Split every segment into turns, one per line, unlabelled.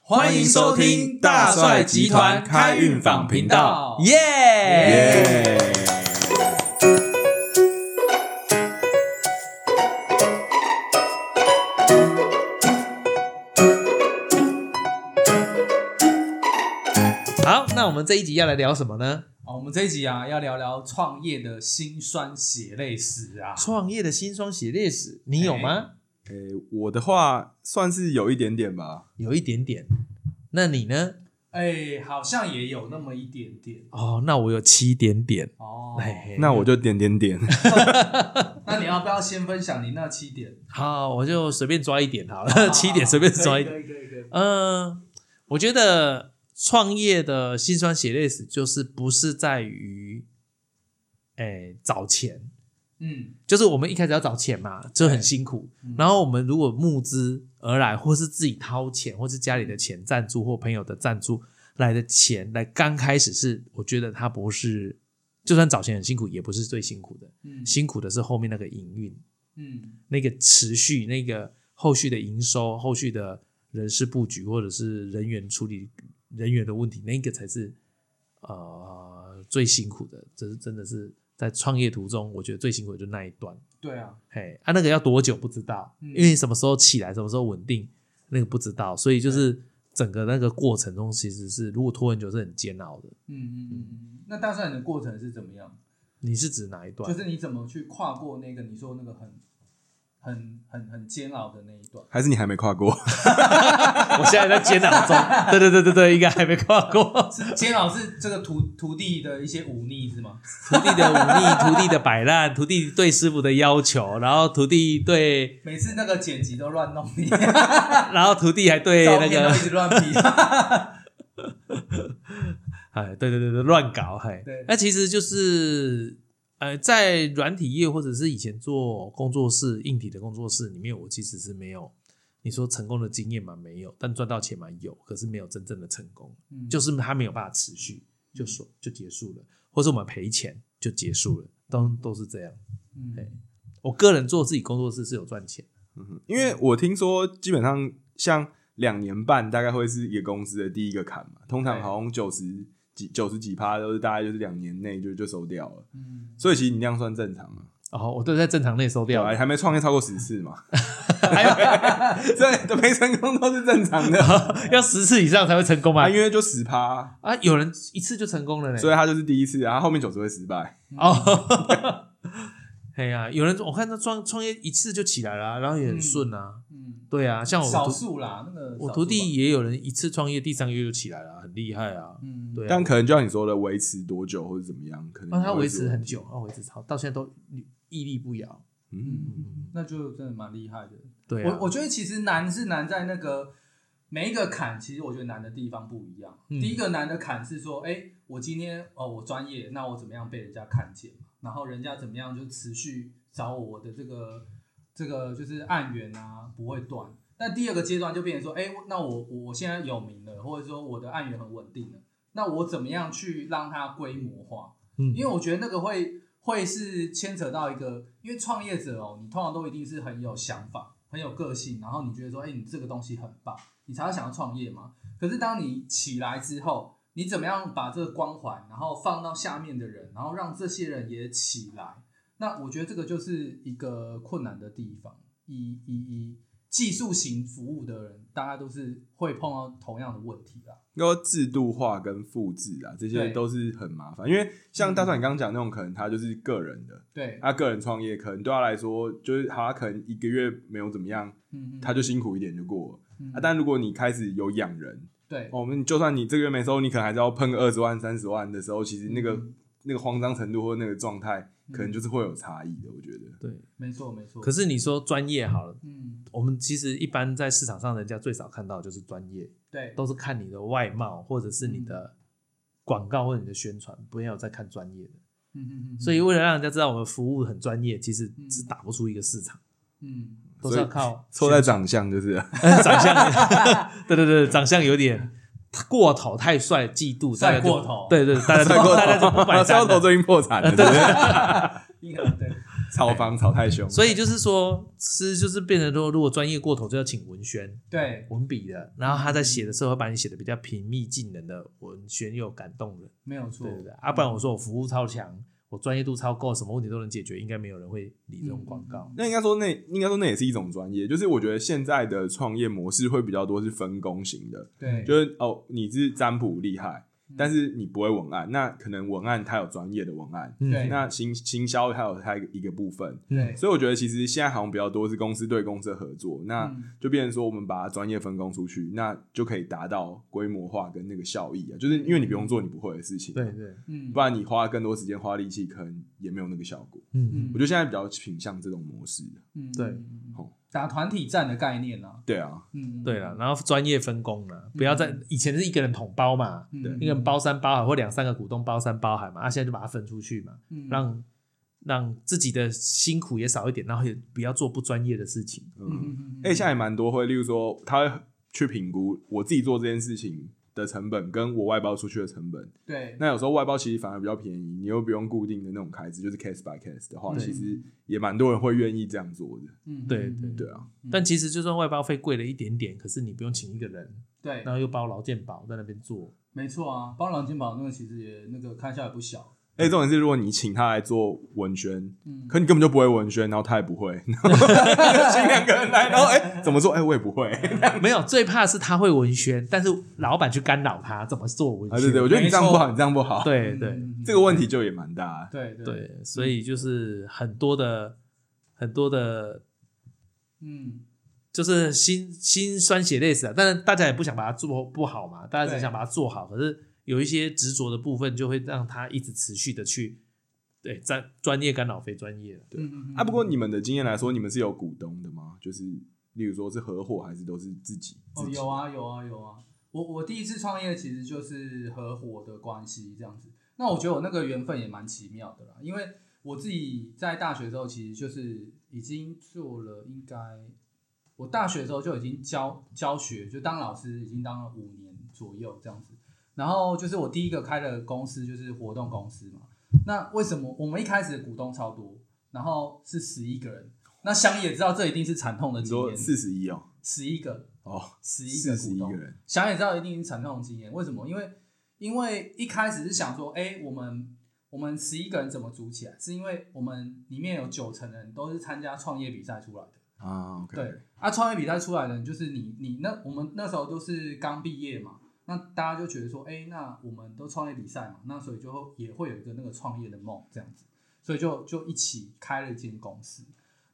欢迎收听大帅集团开运访频道
耶、
哎耶！
好，那我们这一集要来聊什么呢？
好，我们这一集啊，要聊聊创业的辛酸血泪史啊。
创业的辛酸血泪史，你有吗？
诶、我的话算是有一点点吧。
有一点点。那你呢？
哎，好像也有那么一点点
哦，那我有七点点。
哦。
嘿嘿
那我就点点 点，
那你要不要先分享你那七 点？
好，我就随便抓一点好了，七点随便抓一点。
哦可以可以可以。可以
嗯、我觉得创业的辛酸血泪史就是不是在于，哎、找钱，
嗯，
就是我们一开始要找钱嘛，就很辛苦
嗯。
然后我们如果募资而来，或是自己掏钱，或是家里的钱赞助，或朋友的赞助来的钱，来刚开始是，我觉得它不是，就算找钱很辛苦，也不是最辛苦的，
嗯
辛苦的是后面那个营运，
嗯
那个持续，那个后续的营收，后续的人事布局，或者是人员处理人员的问题，那个才是呃最辛苦的。这是真的是在创业途中，我觉得最辛苦的就是那一段。
对啊，
嘿，啊，那个要多久不知道，
嗯
因为什么时候起来，什么时候稳定，那个不知道，所以就是整个那个过程中，其实是如果拖很久是很煎熬的。
嗯嗯嗯嗯。那大帅你的过程是怎么样？
你是指哪一段？
就是你怎么去跨过那个你说那个很很很很煎熬的那一段？
还是你还没跨过？
我现在在煎熬中。对对对对对，应该还没跨过
是煎熬是这个徒徒弟的一些忤逆是吗？
徒弟的忤逆，徒弟的摆烂，徒弟对师傅的要求，然后徒弟对，
每次那个剪辑都乱弄你，
然后徒弟还 对
照
那
片都一
个，
直乱 P。
哎，对对对对，乱搞，嘿
对，
那其实就是。呃，在软体业或者是以前做工作室、硬体的工作室里面，我其实是没有你说成功的经验嘛，没有，但赚到钱嘛有，可是没有真正的成功，
嗯
就是它没有办法持续，就说就结束了，或是我们赔钱就结束了，都都是这样。
嗯
我个人做自己工作室是有赚钱，
嗯因为我听说基本上像两年半大概会是一个公司的第一个坎嘛，通常好像九十几九十几趴都是大概就是两年内就就收掉了，
嗯，
所以其实你那样算正常啊，
哦，我都在正常内收
对啊
掉啊
吧、
了。
还没创业超过十次嘛， 这都没成功都是正常的，
要十次以上才会成功嘛
啊、？因为就十趴，
啊，有人一次就成功了呢。
所以他就是第一次啊，他后面九十会失败，
哦，哎呀，有人我看他创创业一次就起来了啊、然后也很顺啊。
嗯，
对啊，像我
少
徒
数啦，那个
我
少
徒
数
弟
吧，
也有人一次创业，第三个月就起来了啊，很厉害啊。
嗯，
对啊，
但可能就像你说的，维持多久或者怎么样，可能
那他
也会
哦维
是嗯
持
问
很
题，
久，他维持超到现在都屹立不摇。
嗯。
嗯，那就真的蛮厉害的。
对啊
我，我觉得其实难是难在那个每一个坎，其实我觉得难的地方不一样。
嗯
第一个难的坎是说，哎、我今天哦，我专业，那我怎么样被人家看见嘛？然后人家怎么样就持续找我的这个这个就是案源啊，不会断。但第二个阶段就变成说，哎、那我我我现在有名了，或者说我的案源很稳定了，那我怎么样去让它规模化？
嗯
因为我觉得那个会会是牵扯到一个，因为创业者哦，你通常都一定是很有想法、很有个性，然后你觉得说，哎、你这个东西很棒，你才会想要创业嘛。可是当你起来之后，你怎么样把这个光环，然后放到下面的人，然后让这些人也起来？那我觉得这个就是一个困难的地方。以以以技术型服务的人，大家都是会碰到同样的问题啦。
然后制度化跟复制啊，这些
对
都是很麻烦。因为像大帅你刚刚讲那种，可能他就是个人的，
对，
他个人创业，可能对他来说就是好他可能一个月没有怎么样，
嗯，嗯
他就辛苦一点就过了。
嗯
啊，但如果你开始有养人，
对，
哦，那你就算你这个月没收，你可能还是要碰二十万、三十万的时候，其实那个、
嗯
那个慌张程度或那个状态，可能就是会有差异的。我觉得，
对，
没错没错。
可是你说专业好了，
嗯，
我们其实一般在市场上，人家最少看到的就是专业。
对，
都是看你的外貌或者是你的广告或者你的宣传，不要再看专业的。
嗯嗯嗯，
所以为了让人家知道我们服务很专业，其实是打不出一个市场，
嗯，
都是要靠
错在长相就是了
长相。对对对，长相有点过头，太帅，嫉妒，大
帅
家就
过头
对对，大家就
帅过头
大家就不
啊，
买单
烧头
了。
最近破产了，对不对？
应该对，
炒房炒太凶，
所以就是说，是就是变成说，如果专业过头，就要请文宣
对，
文笔的，然后他在写的时候，会把你写的比较平易近人的文宣又感动人，
没有错
对。对对。啊，不然我说我服务超强，我专业度超够，什么问题都能解决，应该没有人会理这种广告。
那应该说那应该说那也是一种专业，就是我觉得现在的创业模式会比较多是分工型的，
对，嗯
就是哦你是占卜厉害，但是你不会文案，那可能文案它有专业的文案，
嗯
对
那行行销它有它一个部分，
对，
所以我觉得其实现在好像比较多是公司对公司的合作，那
嗯
就变成说我们把它专业分工出去，那就可以达到规模化跟那个效益啊，就是因为你不用做你不会的事情，
对，对，
嗯
不，然你花更多时间花力气，可能也没有那个效果。
嗯
我觉得现在比较倾向这种模式，
嗯
对
嗯
好
打团体战的概念啊，
对啊，
嗯，
对了，然后专业分工了，不要
嗯
再以前是一个人统包嘛，
嗯，
对
一个人包山包海或两三个股东包山包海嘛，啊，现在就把它分出去嘛，
嗯
让让自己的辛苦也少一点，然后也不要做不专业的事情。
嗯，
嗯
哎、现在也蛮多会，例如说他会去评估我自己做这件事情的成本跟我外包出去的成本，
对，嗯
那有时候外包其实反而比较便宜，你又不用固定的那种开支，就是 case by case 的话，
对
其实也蛮多人会愿意这样做的，
嗯
对
嗯嗯
对啊，
但其实就算外包费贵了一点点，可是你不用请一个人，
对，
然后又包劳健保在那边 做，
没错啊，帮狼金宝那个其实也那个开销也不小，
哎、重点是如果你请他来做文宣，
嗯，
可你根本就不会文宣，然后他也不会， 然后请两个人来，然后哎、怎么做？哎、我也 不会。
没有最怕是他会文宣，但是老板去干扰他怎么做文
啊，
宣。
对对，我觉得你这样不好，
没
你这样不好。，
对
嗯
对
嗯嗯
这个问题就也蛮大。
对对，
对，所以就是很多的很多的，
嗯，
就是心心酸血泪史啊。但是大家也不想把它做不好嘛，大家只
对
想把它做好。可是有一些执着的部分，就会让他一直持续的去，对，专专业干扰非专业。
对
嗯
啊，不过你们的经验来说，你们是有股东的吗？就是例如说是合伙还是都是自己？
哦，
自己
有，啊，有啊，有啊。我我第一次创业其实就是合伙的关系这样子。那我觉得我那个缘分也蛮奇妙的啦，因为我自己在大学的时候其实就是已经做了，应该我大学的时候就已经教教学，就当老师已经当了五年左右这样子。然后就是我第一个开的公司就是活动公司嘛。那为什么我们一开始的股东超多，然后是十一个人？那想也知道这一定是惨痛的
你
经
说
验，
四十一哦，
十一个，
哦，
十一
四
个
十
股
一
东
个，人，
想也知道一定是惨痛的经验。为什么？因为因为一开始是想说，哎、我们我们十一个人怎么组起来？是因为我们里面有九成人都是参加创业比赛出来的。
啊，OK，
对，啊，创业比赛出来的人就是你，你那我们那时候都是刚毕业嘛，那大家就觉得说，哎、那我们都创业比赛嘛，那所以就会也会有一个那个创业的梦这样子，所以就就一起开了一间公司。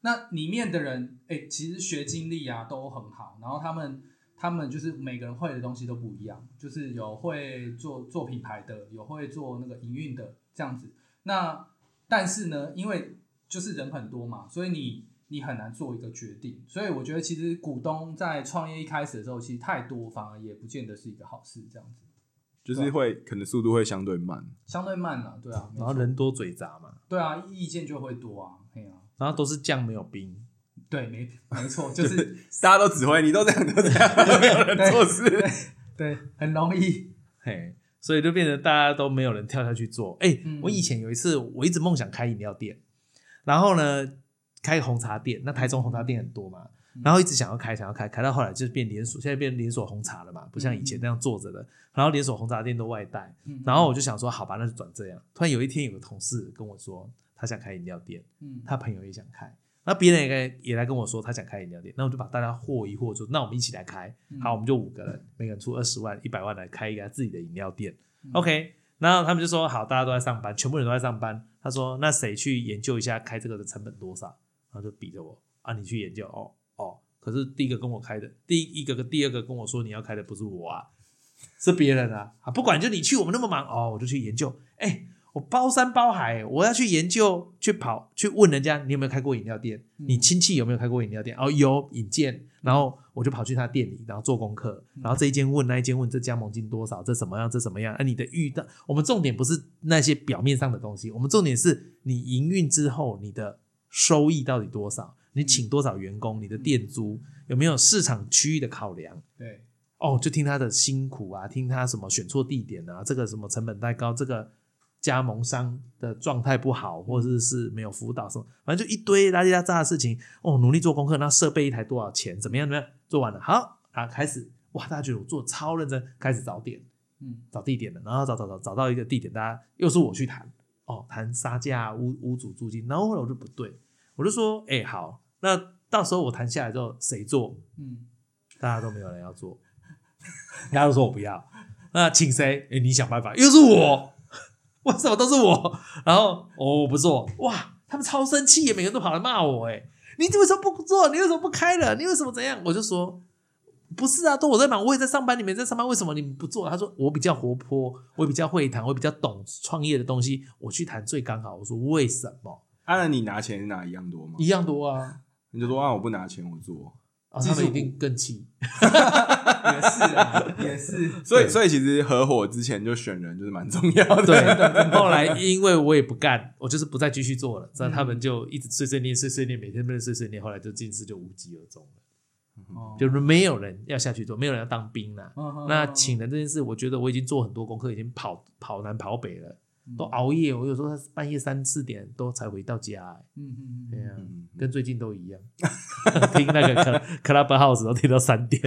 那里面的人，哎、其实学经历啊都很好，然后他们他们就是每个人会的东西都不一样，就是有会做做品牌的，有会做那个营运的这样子。那但是呢，因为就是人很多嘛，所以你你很难做一个决定。所以我觉得其实股东在创业一开始的时候，其实太多反而也不见得是一个好事，这样子
就是会可能速度会相对慢。
相对慢了，对啊，没
然后
错
人多嘴杂嘛，
对啊，意见就会多啊，哎呀、
然后都是酱没有冰，
对，没没错， 就是
大家都指挥你都这样，都这 样，都没有人做事。
对，很容易，
嘿，所以就变成大家都没有人跳下去做。哎、
嗯
我以前有一次，我一直梦想开饮料店，然后呢，开红茶店。那台中红茶店很多嘛，
嗯
然后一直想要开，想要开，开到后来就变连锁，现在变连锁红茶了嘛，不像以前那样坐着的。然后连锁红茶店都外带，
嗯
然后我就想说，好吧，那就转这样。突然有一天，有个同事跟我说，他想开饮料店，
嗯，
他朋友也想开。那别人也来也来跟我说他想开饮料店，那我就把大家和一和，就那我们一起来开，好，我们就五个人，每个人出二十万、一百万来开一家自己的饮料店。OK，然后他们就说好，大家都在上班，全部人都在上班。他说那谁去研究一下开这个的成本多少？然后就比着我啊，你去研究哦哦。可是第一个跟我开的，第一个跟第二个跟我说你要开的不是我啊，是别人啊啊，不管就你去，我们那么忙哦，我就去研究。哎，我包山包海，我要去研究，去跑，去问人家你有没有开过饮料店，你亲戚有没有开过饮料店？哦，有引荐，然后我就跑去他店里，然后做功课，然后这一间问那一间问，这加盟金多少，这怎么样，这怎么样？啊，你的遇到我们重点不是那些表面上的东西，我们重点是你营运之后你的收益到底多少，你请多少员工，你的店租有没有市场区域的考量？
对，
哦，就听他的辛苦啊，听他什么选错地点啊，这个什么成本太高，这个加盟商的状态不好，或者是没有辅导什么，反正就一堆拉里拉杂的事情。哦，努力做功课，那设备一台多少钱？怎么样？怎么样？做完了，好啊，开始哇，大家觉得我做超认真，开始找点
嗯，
找地点了，然后找找找找到一个地点，大家又是我去谈哦，谈杀价、屋屋主租金，然后后来我就不对，我就说，哎、好，那到时候我谈下来之后谁做？
嗯，
大家都没有人要做， 大家都说我不要。那请谁？哎、你想办法，又是我，为什么都是我？然后、哦、我不做，哇，他们超生气，每个人都跑来骂我、哎，你为什么不做？你为什么不开了？你为什么怎样？我就说。不是啊，都我在忙，我也在上班，你们也在上班，为什么你们不做？他说我比较活泼，我比较会谈，我比较懂创业的东西，我去谈最刚好。我说为什么？
按、啊、你拿钱拿一样多吗？
一样多啊，
你就说啊，我不拿钱我做。
啊他们一定更气。
也是啊， 也是，
所以
对
所以其实合伙之前就选人就是蛮重要 的。
对，后来因为我也不干，我就是不再继续做了，所以他们就一直碎碎念、碎碎念，每天都在碎碎念，后来就近视就无疾而终了，
哦
就是没有人要下去做，没有人要当兵啦。
嗯哼
那请人这件事，我觉得我已经做很多功课，已经跑跑南跑北了，都熬夜，我有时候半夜三四点都才回到家、欸，
嗯嗯嗯
对
嗯，
呀、
嗯
跟最近都一样， 听那个 Club- Clubhouse 都听到三点，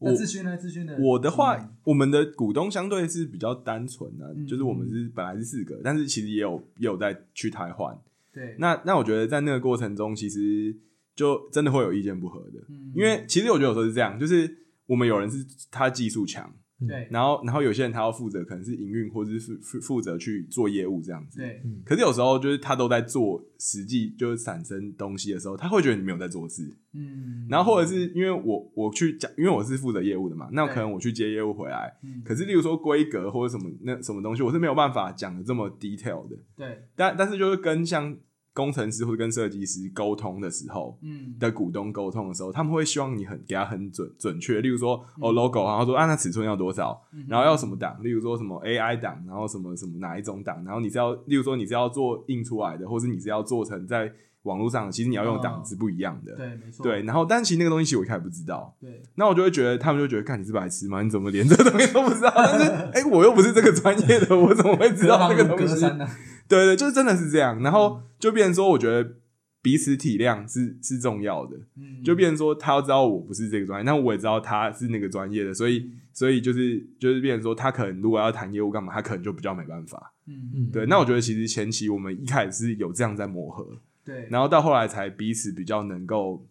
那
我
志勋呢？志勋呢？
我的话，
嗯
我们的股东相对是比较单纯的、
嗯
就是我们是本来是四个，但是其实也有也有在去台换。
对，
那那我觉得在那个过程中，其实就真的会有意见不合的，
嗯
因为其实我觉得有时候是这样，就是我们有人是他技术强，
对
然后然后有些人他要负责可能是营运或者是负负负责去做业务这样子。
对，
嗯，
可是有时候就是他都在做实际就是产生东西的时候，他会觉得你没有在做事。
嗯，
然后或者是因为我我去讲，因为我是负责业务的嘛，那可能我去接业务回来，
嗯，
可是，例如说规格或者什么那什么东西，我是没有办法讲的这么 detail 的。
对，
但但是就是跟像工程师或者跟设计师沟通的时候
嗯，
的股东沟通的时候，他们会希望你很给他很准准确。例如说哦
嗯
logo，然后说啊那尺寸要多少，
嗯哼
然后要什么档，例如说什么 AI 档，然后什么什么哪一种档，然后你是要例如说你是要做印出来的，或是你是要做成在网络上的，其实你要用的档
哦
是不一样的。
对，没错，
对，然后但其实那个东西其实我一开始不知道，
对，
那我就会觉得他们就觉得，看你是白痴吗？你怎么连这个东西都不知道？但是，哎、我又不是这个专业的，我怎么会知道这个东
隔
西？
山 呢？
对对，就是真的是这样。然后就变成说，我觉得彼此体谅是是重要的。
嗯，
就变成说，他要知道我不是这个专业，那我也知道他是那个专业的，所以所以就是就是变成说，他可能如果要谈业务干嘛，他可能就比较没办法。
嗯，嗯
嗯
对，那我觉得其实前期我们一开始是有这样在磨合，
对，
然后到后来才彼此比较能够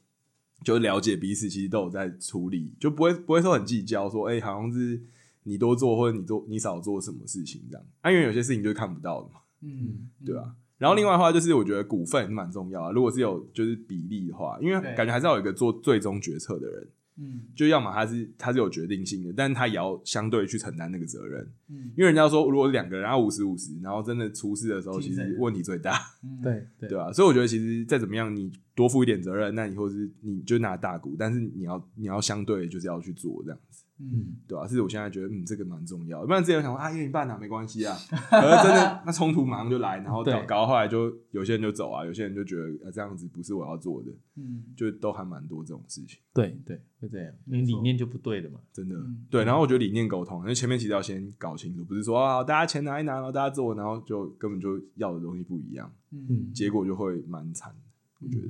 就了解彼此，其实都有在处理，就不会不会说很计较说，哎、好像是你多做或者你做你少做什么事情这样。啊，因为有些事情就是看不到的嘛，
嗯，嗯
对啊吧、，然后另外的话就是，我觉得股份也是蛮重要啊。如果是有就是比例的话，因为
对
感觉还是要有一个做最终决策的人，
嗯
就要么他是他是有决定性的，但他也要相对去承担那个责任。
嗯
因为人家说，如果是两个人啊要五十五十，然后真的出事的时候，其
挺
实
累
问题最大。
嗯，
对对
对啊，所以我觉得其实再怎么样，你多负一点责任，那以后是你就拿大股，但是你要你要相对就是要去做这样，
嗯，
对啊，是我现在觉得嗯这个蛮重要的，不然之前我想说啊一人一半啊没关系啊，可是真的那冲突马上就来，然后搞
对
搞到后来就有些人就走啊，有些人就觉得啊这样子不是我要做的，
嗯，
就都还蛮多这种事情，
对对，会这样，你理念就不对了嘛。
真的、
嗯
对。然后我觉得理念沟通，因为前面其实要先搞清楚，不是说啊大家钱拿一拿，然后大家做，然后就根本就要的东西不一样，
嗯，
结果就会蛮惨的，我觉得。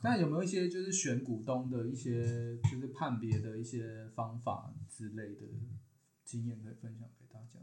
那有没有一些就是选股东的一些就是判别的一些方法之类的经验可以分享给大家？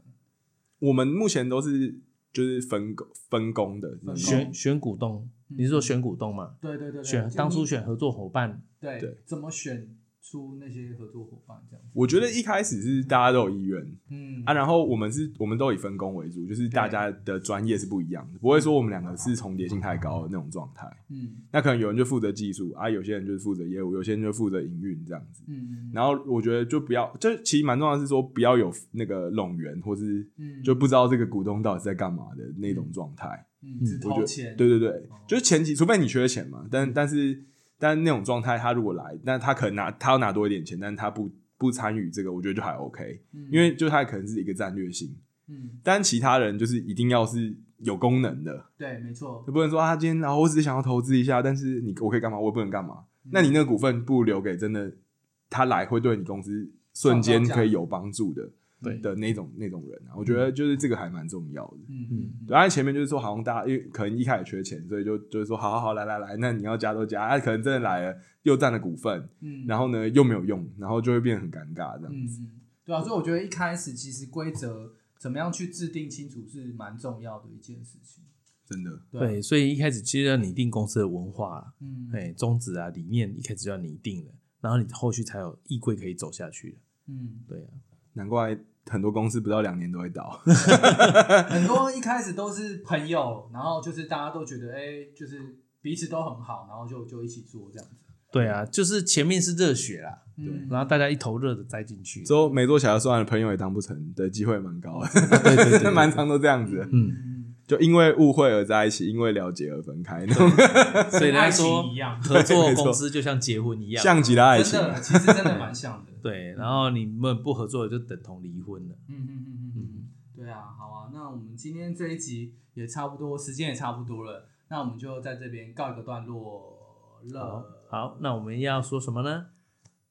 我们目前都是就是分工分工的，
分工
选选股东，你是说选股东嘛？
对对对对，
选
就
当初
你
选合作伙伴，
对
对
怎么选出那些合作伙伴这样子？
我觉得一开始是大家都有意愿
嗯
啊，然后我们是我们都以分工为主，就是大家的专业是不一样的，不会说我们两个是重叠性太高的那种状态。
嗯
那可能有人就负责技术啊，有些人就是负责业务，有些人就负责营运这样子。
嗯，
然后我觉得就不要，这其实蛮重要的是说不要有那个拢员或是
嗯
就不知道这个股东到底在干嘛的那种状态。
嗯哦只
我觉
投
得
钱，
对对对，就是前期，除非你缺钱嘛，
嗯
但但是但那种状态，他如果来，那他可能拿他要拿多一点钱，但他不不参与这个，我觉得就还 OK，
嗯，
因为就他可能是一个战略性，
嗯
但其他人就是一定要是有功能的，
对没错
就，不能说啊，今天然后我只是想要投资一下，但是你我可以干嘛，我也不能干嘛，那你那个股份不如留给真的他来会对你公司瞬间可以有帮助的，
对
的那种那种人啊，我觉得就是这个还蛮重要的。
嗯
嗯
嗯，
对，啊而前面就是说，好像大家因为可能一开始缺钱，所以就就是说，好好好，来来来，那你要加都加，啊，可能真的来了，又占了股份，
嗯，
然
后
后呢又没有用，然后就会变得很尴尬这样。
嗯嗯，对啊，所以我觉得一开始其实规则怎么样去制定清楚是蛮重要的一件事情。
真的，
对啊，
对，所以一开始其实要拟定公司的文化啊，
嗯，
哎，宗旨啊、理念，一开始就要拟定了，然后你后续才有衣柜可以走下去的。
嗯，
对啊，
难怪很多公司不到两年都会倒。
很多一开始都是朋友，然后就是大家都觉得哎、就是彼此都很好，然后就就一起做这样子。
对啊，就是前面是热血啦，
嗯
然后大家一头热的栽进去。
之后没做起来算了，朋友也当不成的机会蛮高的，
对对 对对
蛮常都这样子的，
嗯，
就因为误会而在一起，因为了解而分开，那种
所以人
跟
家
爱
说
情一样
合作
没错
公司就像结婚一样，
像极了爱
真
情。
的，其实真的蛮像的。
对，然后你们不合作就等同离婚了。
嗯嗯嗯嗯嗯，对啊，好啊，那我们今天这一集也差不多，时间也差不多了，那我们就在这边告一个段落
好
了，，
好，那我们要说什么呢？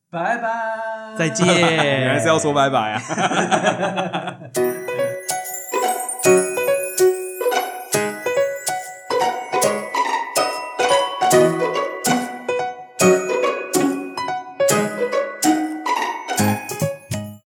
拜拜，
再见，
哎原来是要说拜拜啊！